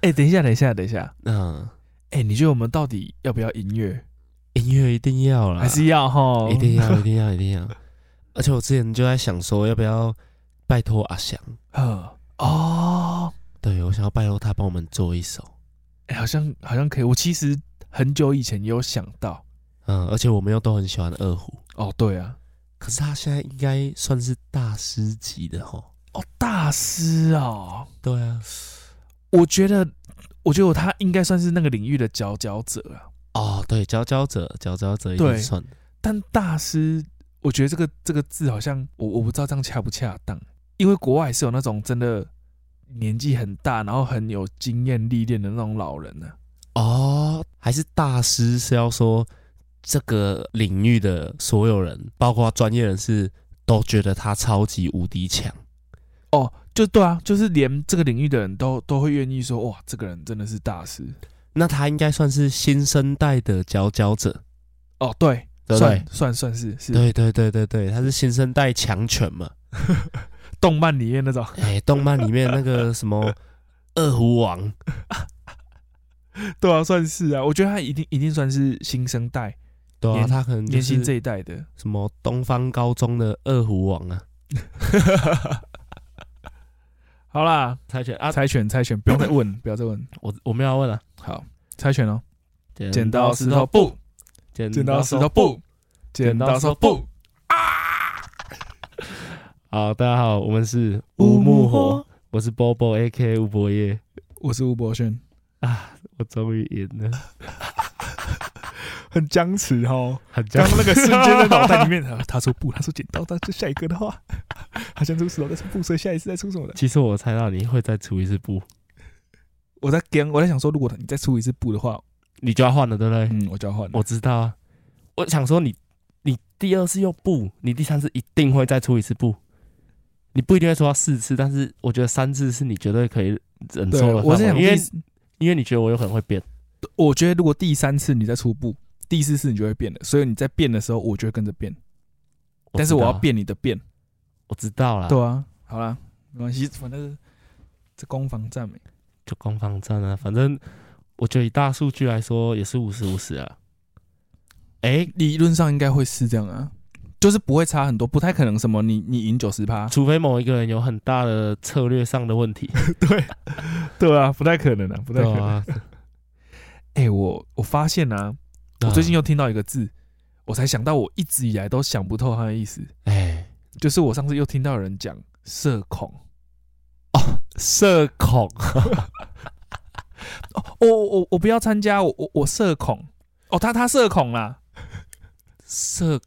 哎、等一下，等一下，等一下，嗯，哎、你觉得我们到底要不要音乐？音乐一定要啦，哦还是要哈？一定要，一定要，一定 要。而且我之前就在想说，要不要拜托阿翔？呵嗯哦，对我想要拜托他帮我们做一首。哎、好像好像可以。我其实很久以前也有想到，嗯，而且我们又都很喜欢二胡，哦，对啊，可是他现在应该算是大师级的吼。哦，大师哦，对啊，我觉得，我觉得他应该算是那个领域的佼佼者啊。哦，对，佼佼者，佼佼者一对定算。但大师，我觉得这个这个字好像我我不知道这样恰不恰当，因为国外是有那种真的年纪很大，然后很有经验历练的那种老人啊呢、哦，还是大师是要说这个领域的所有人，包括专业人士，都觉得他超级无敌强。哦，就对啊，就是连这个领域的人都都会愿意说，哇，这个人真的是大师。那他应该算是新生代的佼佼者，哦，对，对不对算？算算是是对对对对对，他是新生代强权嘛。动漫里面那种， 哎、动漫里面那个什么二胡王，对啊，算是啊。我觉得他一定一定算是新生代、对啊，年他可能就年轻是这一代的。什么东方高中的二胡王啊，好啦，猜拳啊，猜拳，猜拳，不用再 问，不要再问。我我们要问啊了，好，猜拳哦，剪剪刀石头，布，剪剪刀石头布，剪剪刀刀石石头头布布。好，大家好，我们是乌乌木木火火，我是 Bobo A K 吴博业我是吴博轩，啊，我终于赢了，很僵持哦。很僵刚刚那个瞬间在脑袋 里面，啊他说不，他说剪刀，他说下一个的话， 他先出石头，再出布，所以下一次再出什么的。其实我猜到你会再出一次布，我在跟我在想说，如果你再出一次布的话，你就要换了，对不对？嗯，我就要换。我知道啊，我想说你，你第二次又不，你第三次一定会再出一次不，你不一定会出到四次，但是我觉得三次是你绝对可以忍对啊受的范围，我是想因为第，因为你觉得我有可能会变，我觉得如果第三次你再出布，第四次你就会变了，所以你在变的时候，我就会跟着变，但是知我要道，啊变你的变。我知道啦，对啊，好啦，没关系，反正这攻防战没。就攻防战啊，反正我觉得以大数据来说也是五十五十啊，哎、理论上应该会是这样啊，就是不会差很多，不太可能什么你你赢九十趴，除非某一个人有很大的策略上的问 题，对啊，不太可能啊，不 对啊，哎、我我发现啊，我最近又听到一个字，我才想到我一直以来都想不透它的意思，哎、就是我上次又听到有人讲社恐，哦社恐，哦，我我我不要参加，我我我社恐，哦，他他社恐啦，社，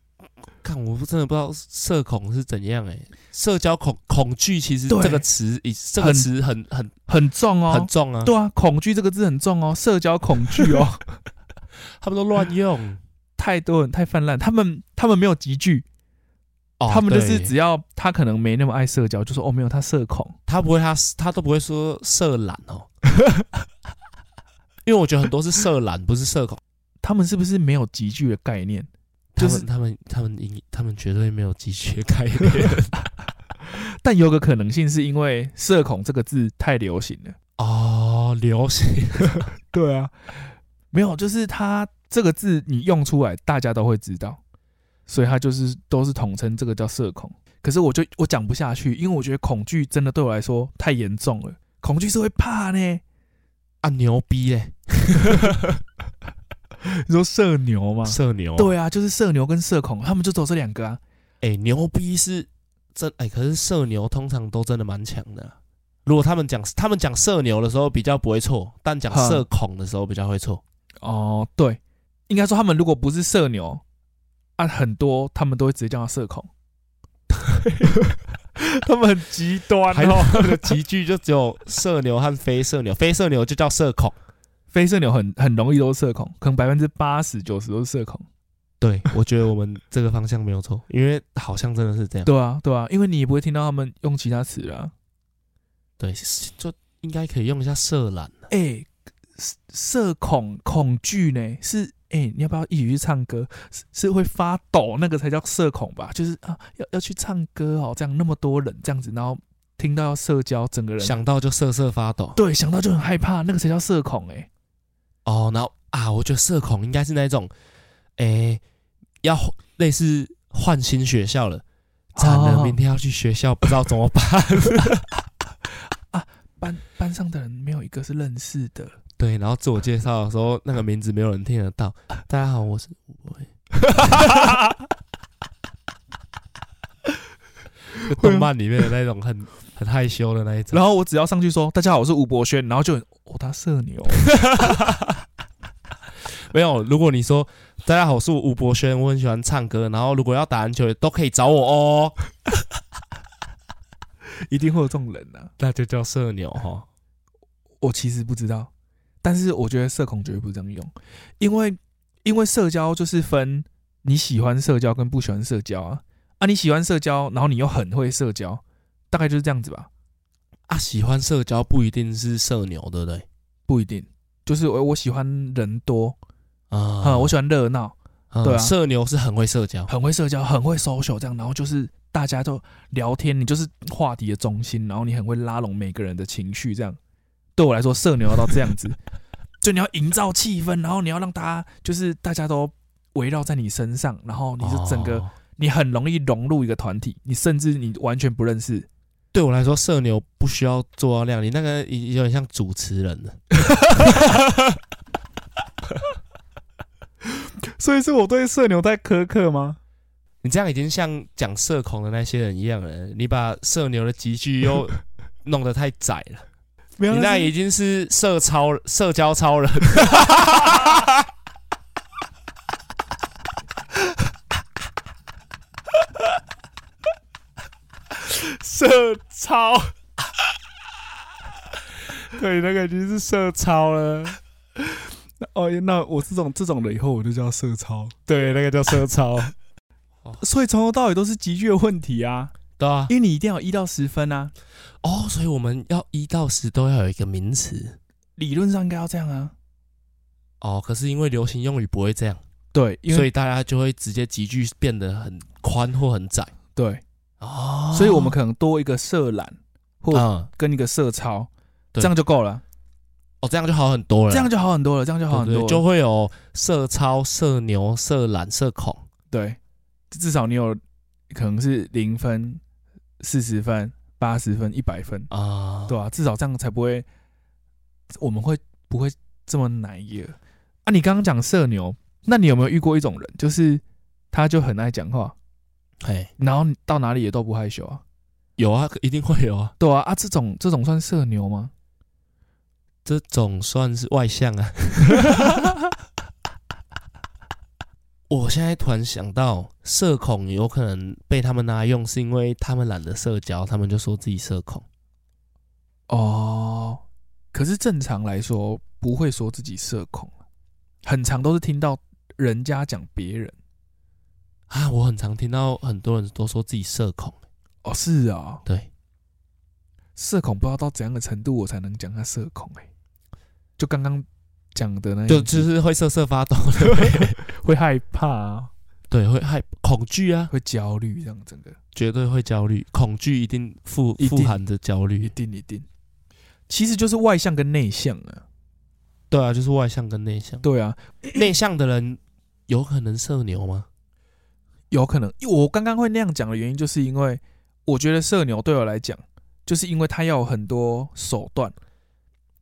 看我真的不知道社恐是怎样哎、社交恐恐惧其实对这个词以这个很词很很很重哦，很重啊，对啊，恐惧这个字很重哦，社交恐惧 哦，他们都 乱用，太多人太泛滥，他们他们没有集聚，哦他们就是对只要他可能没那么爱社交，就说哦没有他社恐，他不会他他都不会说社懒哦， 因为我觉得很多是社懒，不是社恐，他们是不是没有集聚的概念？就就是是他们他们应他们绝对没有积学概念但有个可能性是因为“社恐”这个字太流行了。 哦，流行 对啊，没有，就是它这个字你用出来，大家都会知道，所以它就是都是统称这个叫社恐。可是我就我讲不下去，因为我觉得恐惧真的对我来说太严重了，恐惧是会怕呢。啊，牛逼嘞，你说社牛吗？社牛，对啊，就是社牛跟社恐，他们就走这两个啊。哎、牛逼是真哎、可是社牛通常都真的蛮强的啊。如果他们讲他们讲社牛的时候比较不会错，但讲哈社恐的时候比较会错。哦，对，应该说他们如果不是社牛，啊，很多他们都会直接叫他社恐。 他们很极端还有哦，那个集聚就只有社牛和非社牛，非社牛就叫社恐。非社牛很很容易都是社恐，可能百分之八十九十都是社恐。对，我觉得我们这个方向没有错，因为好像真的是这样。对啊，对啊，因为你也不会听到他们用其他词啊啦。对，就应该可以用一下社懒。哎、社社恐恐惧呢是哎、你要不要一起去唱歌？是是会发抖那个才叫社恐吧？就是啊，要要去唱歌哦，这样那么多人这样子，然后听到要社交，整个人想到就瑟瑟发抖。对想到就很害怕，那个才叫社恐哎、哦，然后啊，我觉得社恐应该是那种，诶、要类似换新学校了，惨了，哦明天要去学校，不知道怎么办。班班上的人没有一个是认识的，对，然后自我介绍的时候，那个名字没有人听得到。大家好，我是吴博。就动漫里面的那种很很害羞的那一种，然后我只要上去说“大家好，我是吴博轩”，然后就很哦，他社牛，没有。如果你说“大家好，我是吴博轩，我很喜欢唱歌，然后如果要打篮球也都可以找我哦”， 一定会有这种人呐、啊那就叫社牛哈。我其实不知道，但是我觉得社恐绝对不是这样用，因为因为社交就是分你喜欢社交跟不喜欢社交啊啊，你喜欢社交，然后你又很会社交，大概就是这样子吧，啊，喜欢社交不一定是社牛，对不对？不一定，就是我我喜欢人多啊、啊我喜欢热闹，嗯对啊社牛是很会社交，很会社交，很会 social 这样，然后就是大家都聊天，你就是话题的中心，然后你很会拉拢每个人的情绪，这样对我来说，社牛要到这样子， 就你要营造气氛，然后你要让大家就是大家都围绕在你身上，然后你是整个、哦你很容易融入一个团体，你甚至你完全不认识，对我来说，社牛不需要做到量，你那个已有点像主持人了。所以是我对社牛太苛刻吗？你这样已经像讲社恐的那些人一样了，你把社牛的集聚 又弄得太窄了，没你那那已经是社超社交超人。社超， 对，那个已经是社超了。哦，那我这种这种了以后我就叫社超，对，那个叫社超。 所以从头到尾都是集聚的问题啊，对啊，因为你一定要有一到十分啊。哦，所以我们要一到十都要有一个名词理论上应该要这样啊。哦。可是因为流行用语不会这样，对，因为所以大家就会直接集聚变得很宽或很窄对，哦。所以我们可能多一个社懒或嗯，跟一个社超，对这样就够了，哦，这样就好很多了啦。这样就好很多了，这样就好对很对多对了。就会有社超、社牛、社懒、社恐。对，至少你有可能是零分、四十分、八十分、一百分，啊，对吧、至少这样才不会，我们会不会这么难耶？啊，你刚刚讲社牛，那你有没有遇过一种人，就是他就很爱讲话，嘿，然后到哪里也都不害羞啊？有啊，一定会有啊，对啊，啊，这种这种算社牛吗？这种算是外向啊。 我现在突然想到，社恐有可能被他们拿来用，是因为他们懒得社交，他们就说自己社恐。哦，可是正常来说不会说自己社恐，啊很常都是听到人家讲别人。啊，我很常听到很多人都说自己社恐，哦，是啊、对，社恐不知道到怎样的程度我才能讲他社恐哎、就刚刚讲的那样就子，就是会瑟瑟发抖 的，会害怕、啊，对，会害恐惧啊，会焦虑，这样整个绝对会焦虑，恐惧一定富一定富含着焦一虑。定一定，其实就是外向跟内向啊。对啊，就是外向跟内向。对啊，内向的人有可能社牛吗？有可能，因为我刚刚会那样讲的原因，就是因为我觉得社牛对我来讲，就是因为他要有很多手段，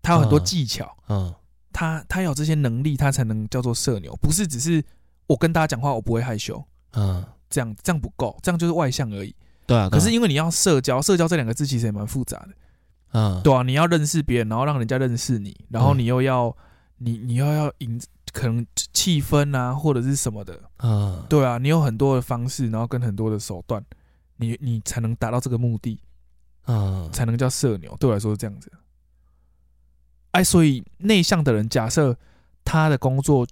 他有很多嗯技巧，嗯，他他有这些能力，他才能叫做社牛，不是只是我跟大家讲话我不会害羞，嗯，这样这样不够，这样就是外向而已。对啊。对啊可是因为你要社交，社交这两个字其实也蛮复杂的，嗯，对啊，你要认识别人，然后让人家认识你，然后嗯你又要你你又要营可能气氛啊或者是什么的，嗯，对啊，你有很多的方式，然后跟很多的手段，你你才能达到这个目的，嗯，才能叫社牛。对我来说是这样子。哎，所以内向的人，假设他的工作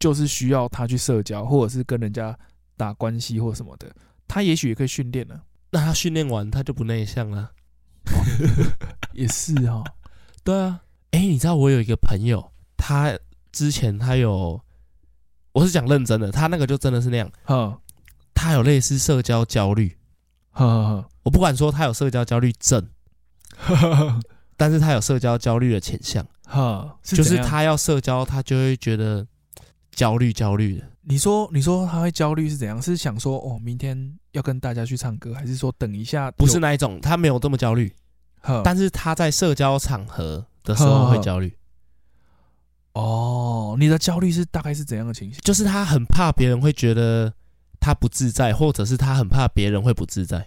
就是需要他去社交，或者是跟人家打关系或什么的，他也许也可以训练 呢。那他训练完他就不内向了。也是哦哈、对啊。哎，你知道我有一个朋友，他之前他有，我是讲认真的，他那个就真的是那样，哦，他有类似社交焦虑。呵呵呵，我不管说他有社交焦虑症，但是他有社交焦虑的倾向，哈，就怎是样，他要社交，他就会觉得焦虑焦虑的。你说你说他会焦虑是怎样？是想说哦，明天要跟大家去唱歌，还是说等一下？不是，那一种，他没有这么焦虑，呵但是他在社交场合的时候会焦虑，哦，你的焦虑是大概是怎样的情形？就是他很怕别人会觉得他不自在，或者是他很怕别人会不自在。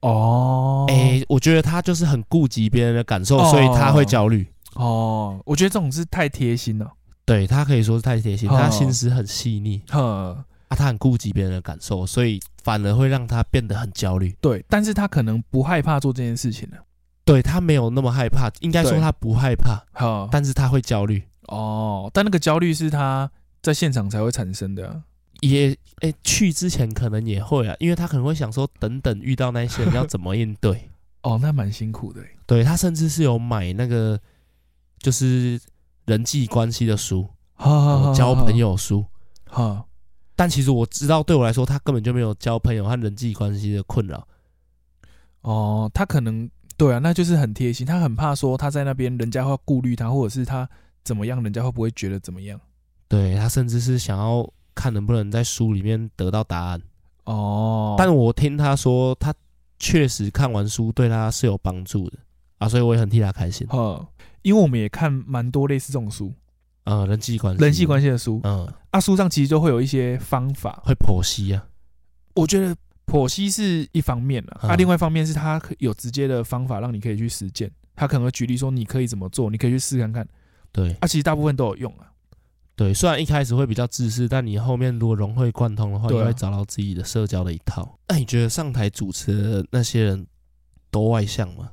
哦，哎、我觉得他就是很顾及别人的感受，哦所以他会焦虑。哦，我觉得这种是太贴心了，对他可以说是太贴心，哦他心思很细腻呵，啊，他很顾及别人的感受，所以反而会让他变得很焦虑。对，但是他可能不害怕做这件事情了，对他没有那么害怕，应该说对他不害怕，呵，但是他会焦虑。哦，但那个焦虑是他在现场才会产生的啊，也诶、去之前可能也会啊，因为他可能会想说，等等遇到那些人要怎么应 对。哦，那蛮辛苦的欸，对他甚至是有买那个就是人际关系的书，哈交朋，友书。哈，但其实我知道，对我来说，他根本就没有交朋友和人际关系的困扰。哦，他可能对啊，那就是很贴心，他很怕说他在那边人家会顾虑他，或者是他怎么样，人家会不会觉得怎么样？对他甚至是想要看能不能在书里面得到答案。哦，但我听他说，他确实看完书对他是有帮助的啊，所以我也很替他开心。呵，因为我们也看蛮多类似这种书，嗯，人际关系，人际关系，系的书，嗯，啊，书上其实就会有一些方法，会剖析啊。我觉得剖析是一方面了，嗯啊，另外一方面是他可有直接的方法让你可以去实践，他可能会举例说你可以怎么做，你可以去试看看，对啊，其实大部分都有用啊，对，虽然一开始会比较自私，但你后面如果融会贯通的话，你对啊会找到自己的社交的一套。那你觉得上台主持的那些人都外向吗？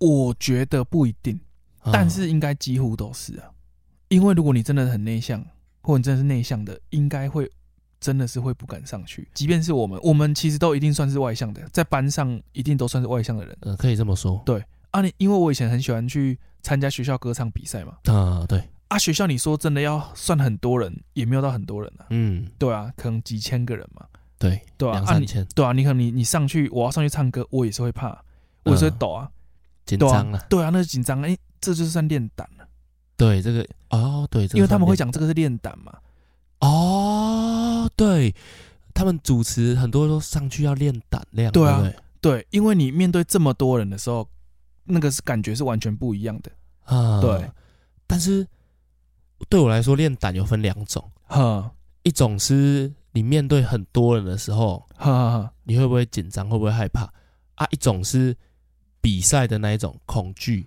我觉得不一定，嗯但是应该几乎都是啊，因为如果你真的很内向，或者你真的是内向的，应该会真的是会不敢上去，即便是我们，我们其实都一定算是外向的，在班上一定都算是外向的人。呃，可以这么说。啊你，因为我以前很喜欢去参加学校歌唱比赛嘛。啊、对，啊，学校你说真的要算很多人，也没有到很多人啊。嗯，对啊，可能几千个人嘛。对，对啊，两啊三你千，对啊，你可能你你上去，我要上去唱歌，我也是会怕，我也是会嗯抖啊。紧对张啊了。，对啊，那是紧张。哎、这就是算练胆了、对，这个哦，对，这个因为他们会上讲这个是练胆嘛。面哦，对，他们主持很多都上去要练胆量，对啊不对对，因为你面对这么多人的时候，那个是感觉是完全不一样的。啊，对。但是对我来说，练胆有分两种，呵一种是你面对很多人的时候，呵呵呵，你会不会紧张，会不会害怕啊？一种是比赛的那一种恐惧，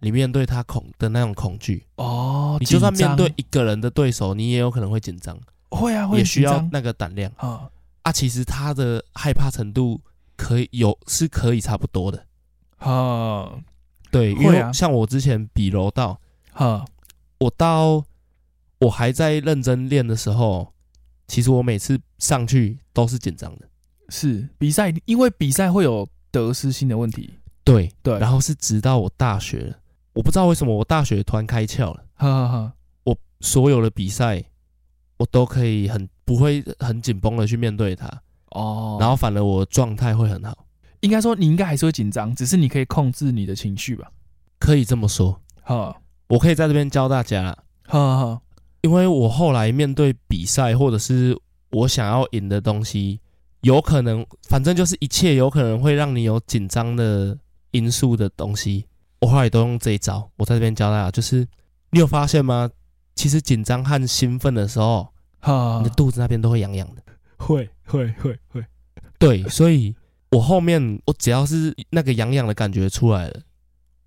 你面对他恐的那种恐惧，哦，你就算紧张面对一个人的对手，你也有可能会紧张，会啊，会也很需紧要张那个胆量啊。啊。其实他的害怕程度可以有是可以差不多的，呵对，会因为啊像我之前比柔道，呵我到我还在认真练的时候，其实我每次上去都是紧张的，是比赛，因为比赛会有得失心的问题。对，对，然后是直到我大学，我不知道为什么我大学突然开窍了，呵呵呵，我所有的比赛我都可以很不会很紧绷的去面对它，哦，然后反而我状态会很好，应该说你应该还是会紧张，只是你可以控制你的情绪吧。可以这么说。呵我可以在这边教大家，呵呵，因为我后来面对比赛或者是我想要赢的东西，有可能反正就是一切有可能会让你有紧张的因素的东西，我后来都用这一招。我在这边教大家，就是你有发现吗？其实紧张和兴奋的时候，呵你的肚子那边都会痒痒的。会会会会，对，所以我后面我只要是那个痒痒的感觉出来了，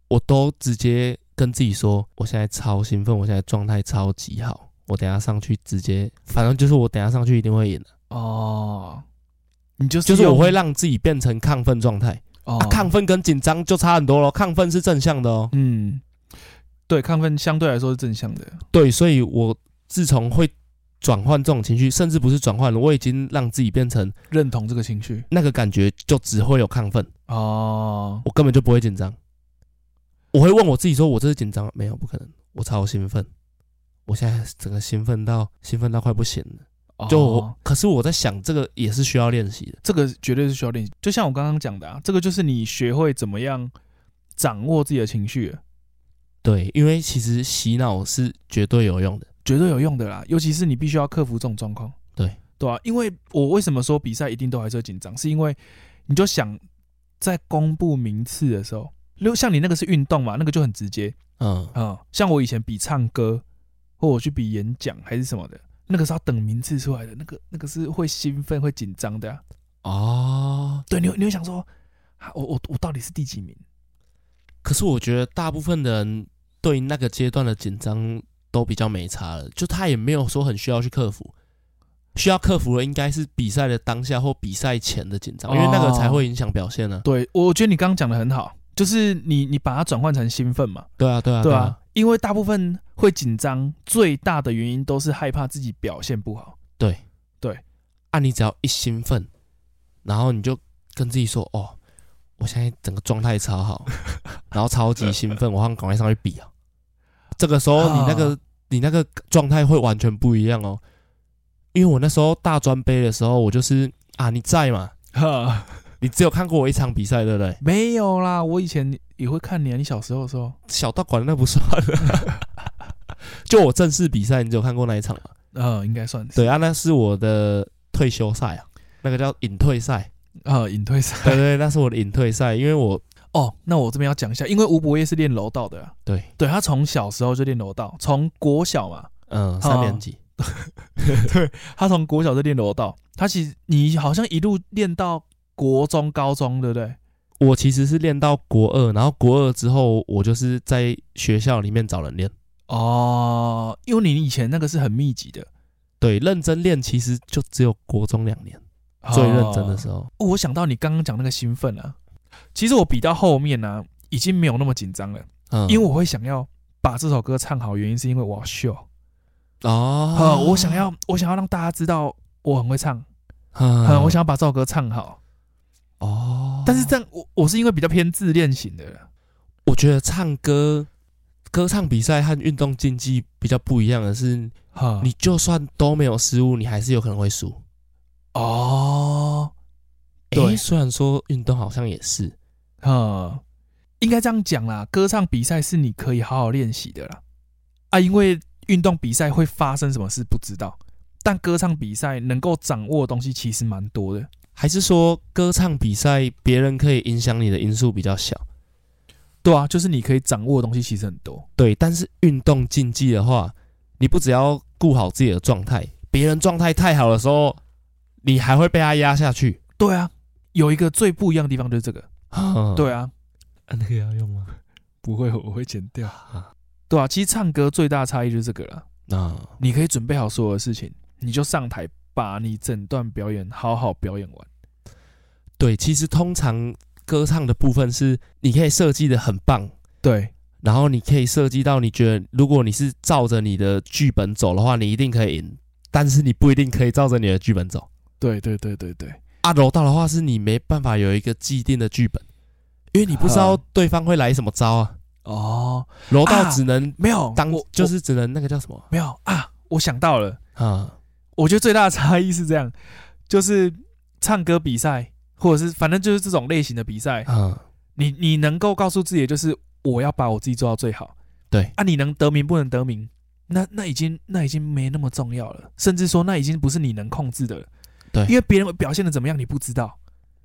我都直接跟自己说，我现在超兴奋，我现在状态超级好，我等一下上去直接，反正就是我等一下上去一定会赢的，哦，你就是就是我用会让自己变成亢奋状态。哦啊，亢奋跟紧张就差很多咯，亢奋是正向的哦。嗯，对，亢奋相对来说是正向的。对，所以我自从会转换这种情绪，甚至不是转换了，我已经让自己变成认同这个情绪那个感觉，就只会有亢奋。哦，我根本就不会紧张。我会问我自己说：“我这是紧张吗？没有，不可能，我超兴奋，我现在整个兴奋到兴奋到快不行了。就我、哦可是我在想，这个也是需要练习的。这个绝对是需要练习，就像我刚刚讲的、啊，这个就是你学会怎么样掌握自己的情绪了，对，因为其实洗脑是绝对有用的。绝对有用的啦。尤其是你必须要克服这种状况，对对啊，因为我为什么说比赛一定都还是会紧张，是因为你就想在公布名次的时候，如像你那个是运动嘛，那个就很直接，嗯，嗯，像我以前比唱歌，或我去比演讲还是什么的，那个是要等名次出来的，那个那个是会兴奋会紧张的、啊。哦，对，你会你会想说，啊我我我到底是第几名？可是我觉得大部分的人对那个阶段的紧张都比较没差了，就他也没有说很需要去克服。需要克服的应该是比赛的当下或比赛前的紧张，因为那个哦才会影响表现啊呢、对，我觉得你刚刚讲的很好，就是你你把它转换成兴奋嘛，对啊，对啊，对啊，，因为大部分会紧张，最大的原因都是害怕自己表现不好。啊，你只要一兴奋，然后你就跟自己说：“哦，我现在整个状态超好，然后超级兴奋，我好像赶快上去比啊。”这个时候你那个、啊你那个状态会完全不一样哦，因为我那时候大专杯的时候，我就是啊，你在嘛？哈，你只有看过我一场比赛，对不对？没有啦，我以前也会看你啊，你小时候的时候，小道馆那不算。啊就我正式比赛，你只有看过那一场嘛？呃，应该算是对啊，那是我的退休赛啊，那个叫隐退赛。呃，隐退对赛。对，那是我的隐退赛，因为我哦，那我这边要讲一下，因为吴伯业是练柔道的、啊，对，对他从小时候就练柔道，从国小嘛，嗯，三哦年级，他从国小就练柔道，他其实你好像一路练到国中、高中，对不对？我其实是练到国二，然后国二之后，我就是在学校里面找人练。哦，因为你以前那个是很密集的，对，认真练其实就只有国中两年、哦最认真的候。时候。哦我想到你刚刚讲那个兴奋啊，其实我比到后面呢、啊，已经没有那么紧张了，嗯，因为我会想要把这首歌唱好，原因是因为我要秀啊、哦、我想要我想要让大家知道我很会唱，嗯，嗯，我想要把这首歌唱好。哦，但是这样，我我是因为比较偏自恋型的了，我觉得唱歌、歌唱比赛和运动竞技比较不一样的是，哈你就算都没有失误，你还是有可能会输。哦，诶对虽然说运动好像也是，呃，应该这样讲啦，歌唱比赛是你可以好好练习的啦。啊，因为运动比赛会发生什么事不知道，但歌唱比赛能够掌握的东西其实蛮多的。还是说歌唱比赛别人可以影响你的因素比较小。对啊，就是你可以掌握的东西其实很多。对，但是运动竞技的话，你不只要顾好自己的状态，别人状态太好的时候，你还会被他压下去。对啊，有一个最不一样的地方就是这个。对，对啊，那个要用啊吗？不会，我会剪掉。对啊，其实唱歌最大的差异就是这个了。啊，你可以准备好所有的事情，你就上台把你整段表演好好表演完。对，其实通常歌唱的部分是你可以设计的很棒，对，然后你可以设计到你觉得，如果你是照着你的剧本走的话，你一定可以赢，但是你不一定可以照着你的剧本走。对，对，对，对，对，啊，柔道的话是你没办法有一个既定的剧本，因为你不知道啊对方会来什么招啊。哦，柔道啊只能没有，当我就我是只能那个叫什么没有啊，我想到了，啊？我觉得最大的差异是这样，就是唱歌比赛，或者是反正就是这种类型的比赛，嗯，你你能够告诉自己，的就是我要把我自己做到最好。对啊，你能得名不能得名，那那已经那已经没那么重要了，甚至说那已经不是你能控制的了。对因为别人表现的怎么样你不知道，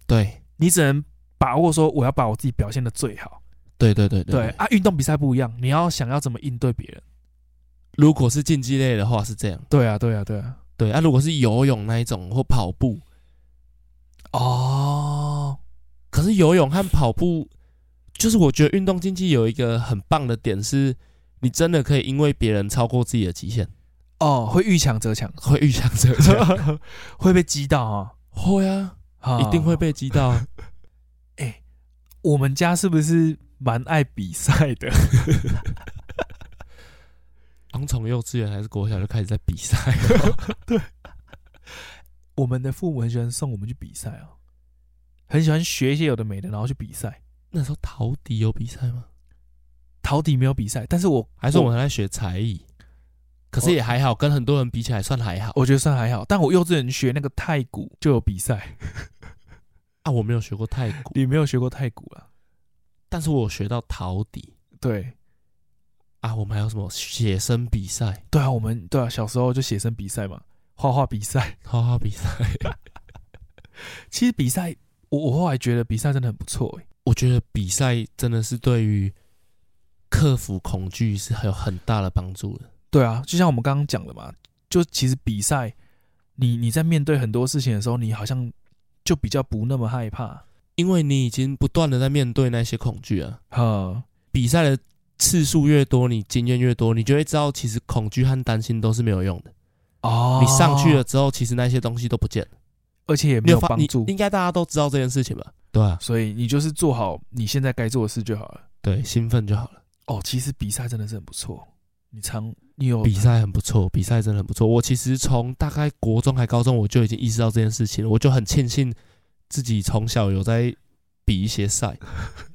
对你只能把握说我要把我自己表现的最好。对对对对啊，运动比赛不一样，你要想要怎么应对别人。如果是竞技类的话是这样，对啊，对啊，对啊。对啊，如果是游泳那一种或跑步，哦，可是游泳和跑步，就是我觉得运动竞技有一个很棒的点是，你真的可以因为别人超过自己的极限，哦，会遇强则 强，会遇强则 强，会被击到啊、会啊，啊一定会。被击到啊。 哎、我们家是不是蛮爱比赛的？ 刚从幼稚园还是国小就开始在比赛，我们的父母很喜欢送我们去比赛哦，很喜欢学一些有的没的，然后去比赛。那时候陶笛有比赛吗？陶笛没有比赛，但是我还是我们还在学才艺？可可是也还好，跟很多人比起来算还好我觉得算还好。但我幼稚园学那个太鼓就有比赛， 啊。我没有学过太鼓，你没有学过太鼓啊？但是我有学到陶笛对，啊。我们还有什么写生比赛、对啊，我们对啊，小时候就写生比赛嘛，画画比赛。画画比赛， 其实比赛，我我后来觉得比赛真的很不错、欸，我觉得比赛真的是对于克服恐惧是很有很大的帮助的。对啊，就像我们刚刚讲的嘛，就其实比赛，你你在面对很多事情的时候，你好像就比较不那么害怕。因为你已经不断的在面对那些恐惧啊，哈，比赛的次数越多，你经验越多，你就会知道其实恐惧和担心都是没有用的。哦，你上去了，之后，其实那些东西都不见了，而且也你没有发帮助你，应该大家都知道这件事情吧？对啊，所以你就是做好你现在该做的事就好了。对，兴奋就好了。哦，其实比赛真的是很不错，你常你有比赛很不错，比赛真的很不错。我其实从大概国中还高中，我就已经意识到这件事情了，我就很庆幸自己从小有在比一些赛，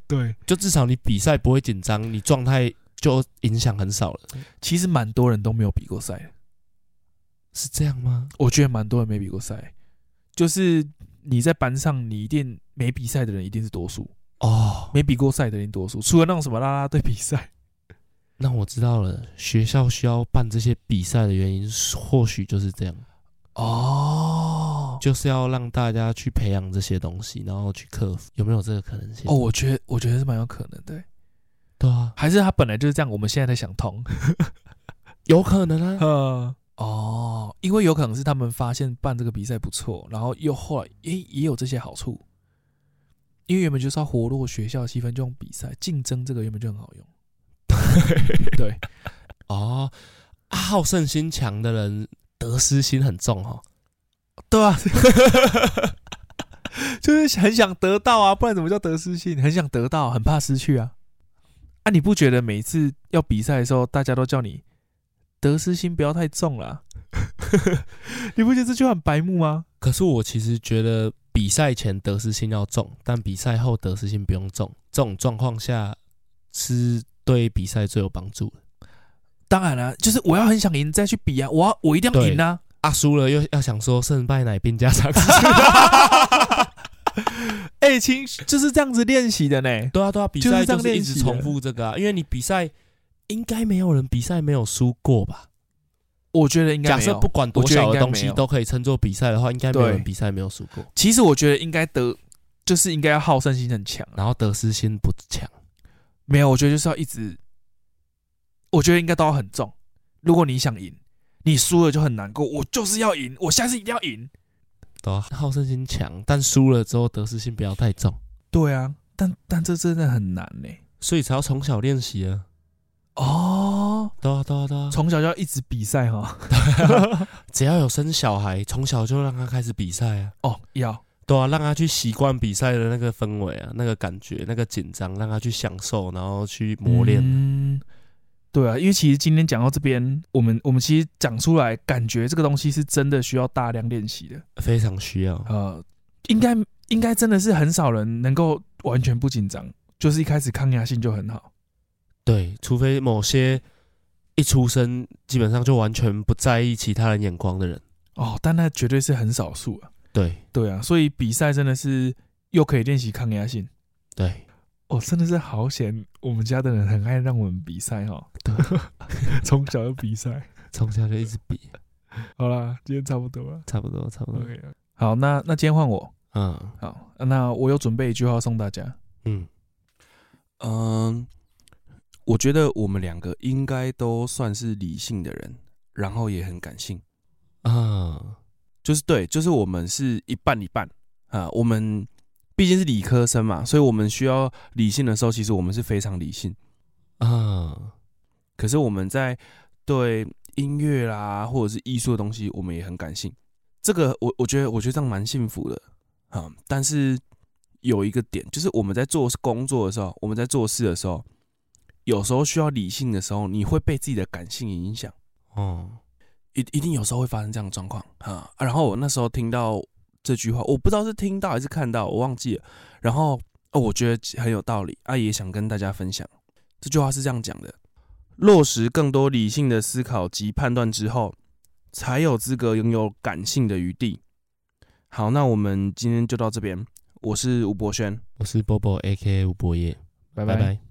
对，就至少你比赛不会紧张，你状态就影响很少了，其实蛮多人都没有比过赛的，是这样吗？我觉得蛮多人没比过赛，就是你在班上你一定没比赛的人一定是多数，哦，没比过赛的人一定多数，除了那种什么啦啦队比赛，那我知道了，学校需要办这些比赛的原因，或许就是这样，哦就是要让大家去培养这些东西，然后去克服，有没有这个可能性？哦，，我觉得我觉得是蛮有可能的，对啊，还是他本来就是这样，我们现在才想通，有可能啊，呃， 哦，因为有可能是他们发现办这个比赛不错，然后又后来也也有这些好处，因为原本就是要活络学校气氛，就用比赛竞争这个原本就很好用，对，哦，啊好胜心强的人得失心很重哦，对啊， 就是很想得到啊，不然怎么叫得失心？很想得到，很怕失去啊。啊，你不觉得每次要比赛的时候，大家都叫你得失心不要太重啦、 你不觉得这句话很白目吗？可是我其实觉得比赛前得失心要重，但比赛后得失心不用重，这种状况下是对比赛最有帮助的。当然啦、就是我要很想赢再去比啊，我要我一定要赢啊。啊，输了又要想说胜败乃兵 家常事。哎、亲，就是这样子练习的呢。对啊，对啊，比就是赛这样就是一练直习的重复这个啊，因为你比赛应该没有人比赛没有输过吧？我觉得应该假没设有不管多我觉得小应该的东没西有都可以称作比赛的话，应该没有对人比赛没有输过，其实我觉得应该得，就是应该要好胜心很强啊。然后得失心不强。没有，我觉得就是要一直，我觉得应该都要很重。如果你想赢，你输了就很难过。我就是要赢，我下次一定要赢。对啊，好胜心强，但输了之后得失心不要太重，对啊，但但这真的很难欸呢、所以才要从小练习啊。哦，对啊，对啊，对啊，从小就要一直比赛哈。只要有生小孩，从小就让他开始比赛啊。哦，要对啊，让他去习惯比赛的那个氛围啊，那个感觉，那个紧张，让他去享受，然后去磨练。嗯对啊，因为其实今天讲到这边，我们我们其实讲出来，感觉这个东西是真的需要大量练习的。非常需要。呃，应该应该真的是很少人能够完全不紧张，就是一开始抗压性就很好。对，除非某些一出生基本上就完全不在意其他人眼光的人。哦，但那绝对是很少数啊。对对啊，所以比赛真的是又可以练习抗压性。对，哦，真的是好险！我们家的人很爱让我们比赛哈、哦，对，从小就比赛。从小就一直比，好啦，今天差不多了。差不多差嗯不多。 OK，好，啊那那今天换我。嗯好，那我有准备一句话送大家。嗯，嗯，我觉得我们两个应该都算是理性的人，然后也很感性，啊，就是对，就是我们是一半一半啊。我们毕竟是理科生嘛，所以我们需要理性的时候，其实我们是非常理性。啊，可是我们在对音乐啦，或者是艺术的东西，我们也很感性。这个我我觉得我觉得这样蛮幸福的啊、嗯但是有一个点，就是我们在做工作的时候，我们在做事的时候，有时候需要理性的时候，你会被自己的感性影响。哦，一一定有时候会发生这样的状况啊啊然后我那时候听到这句话，我不知道是听到还是看到，我忘记了。然后哦，我觉得很有道理啊，也想跟大家分享。这句话是这样讲的：落实更多理性的思考及判断之后，才有资格拥有感性的余地。好，那我们今天就到这边。我是吴博轩，我是 Bobo A K A 吴博业，拜拜拜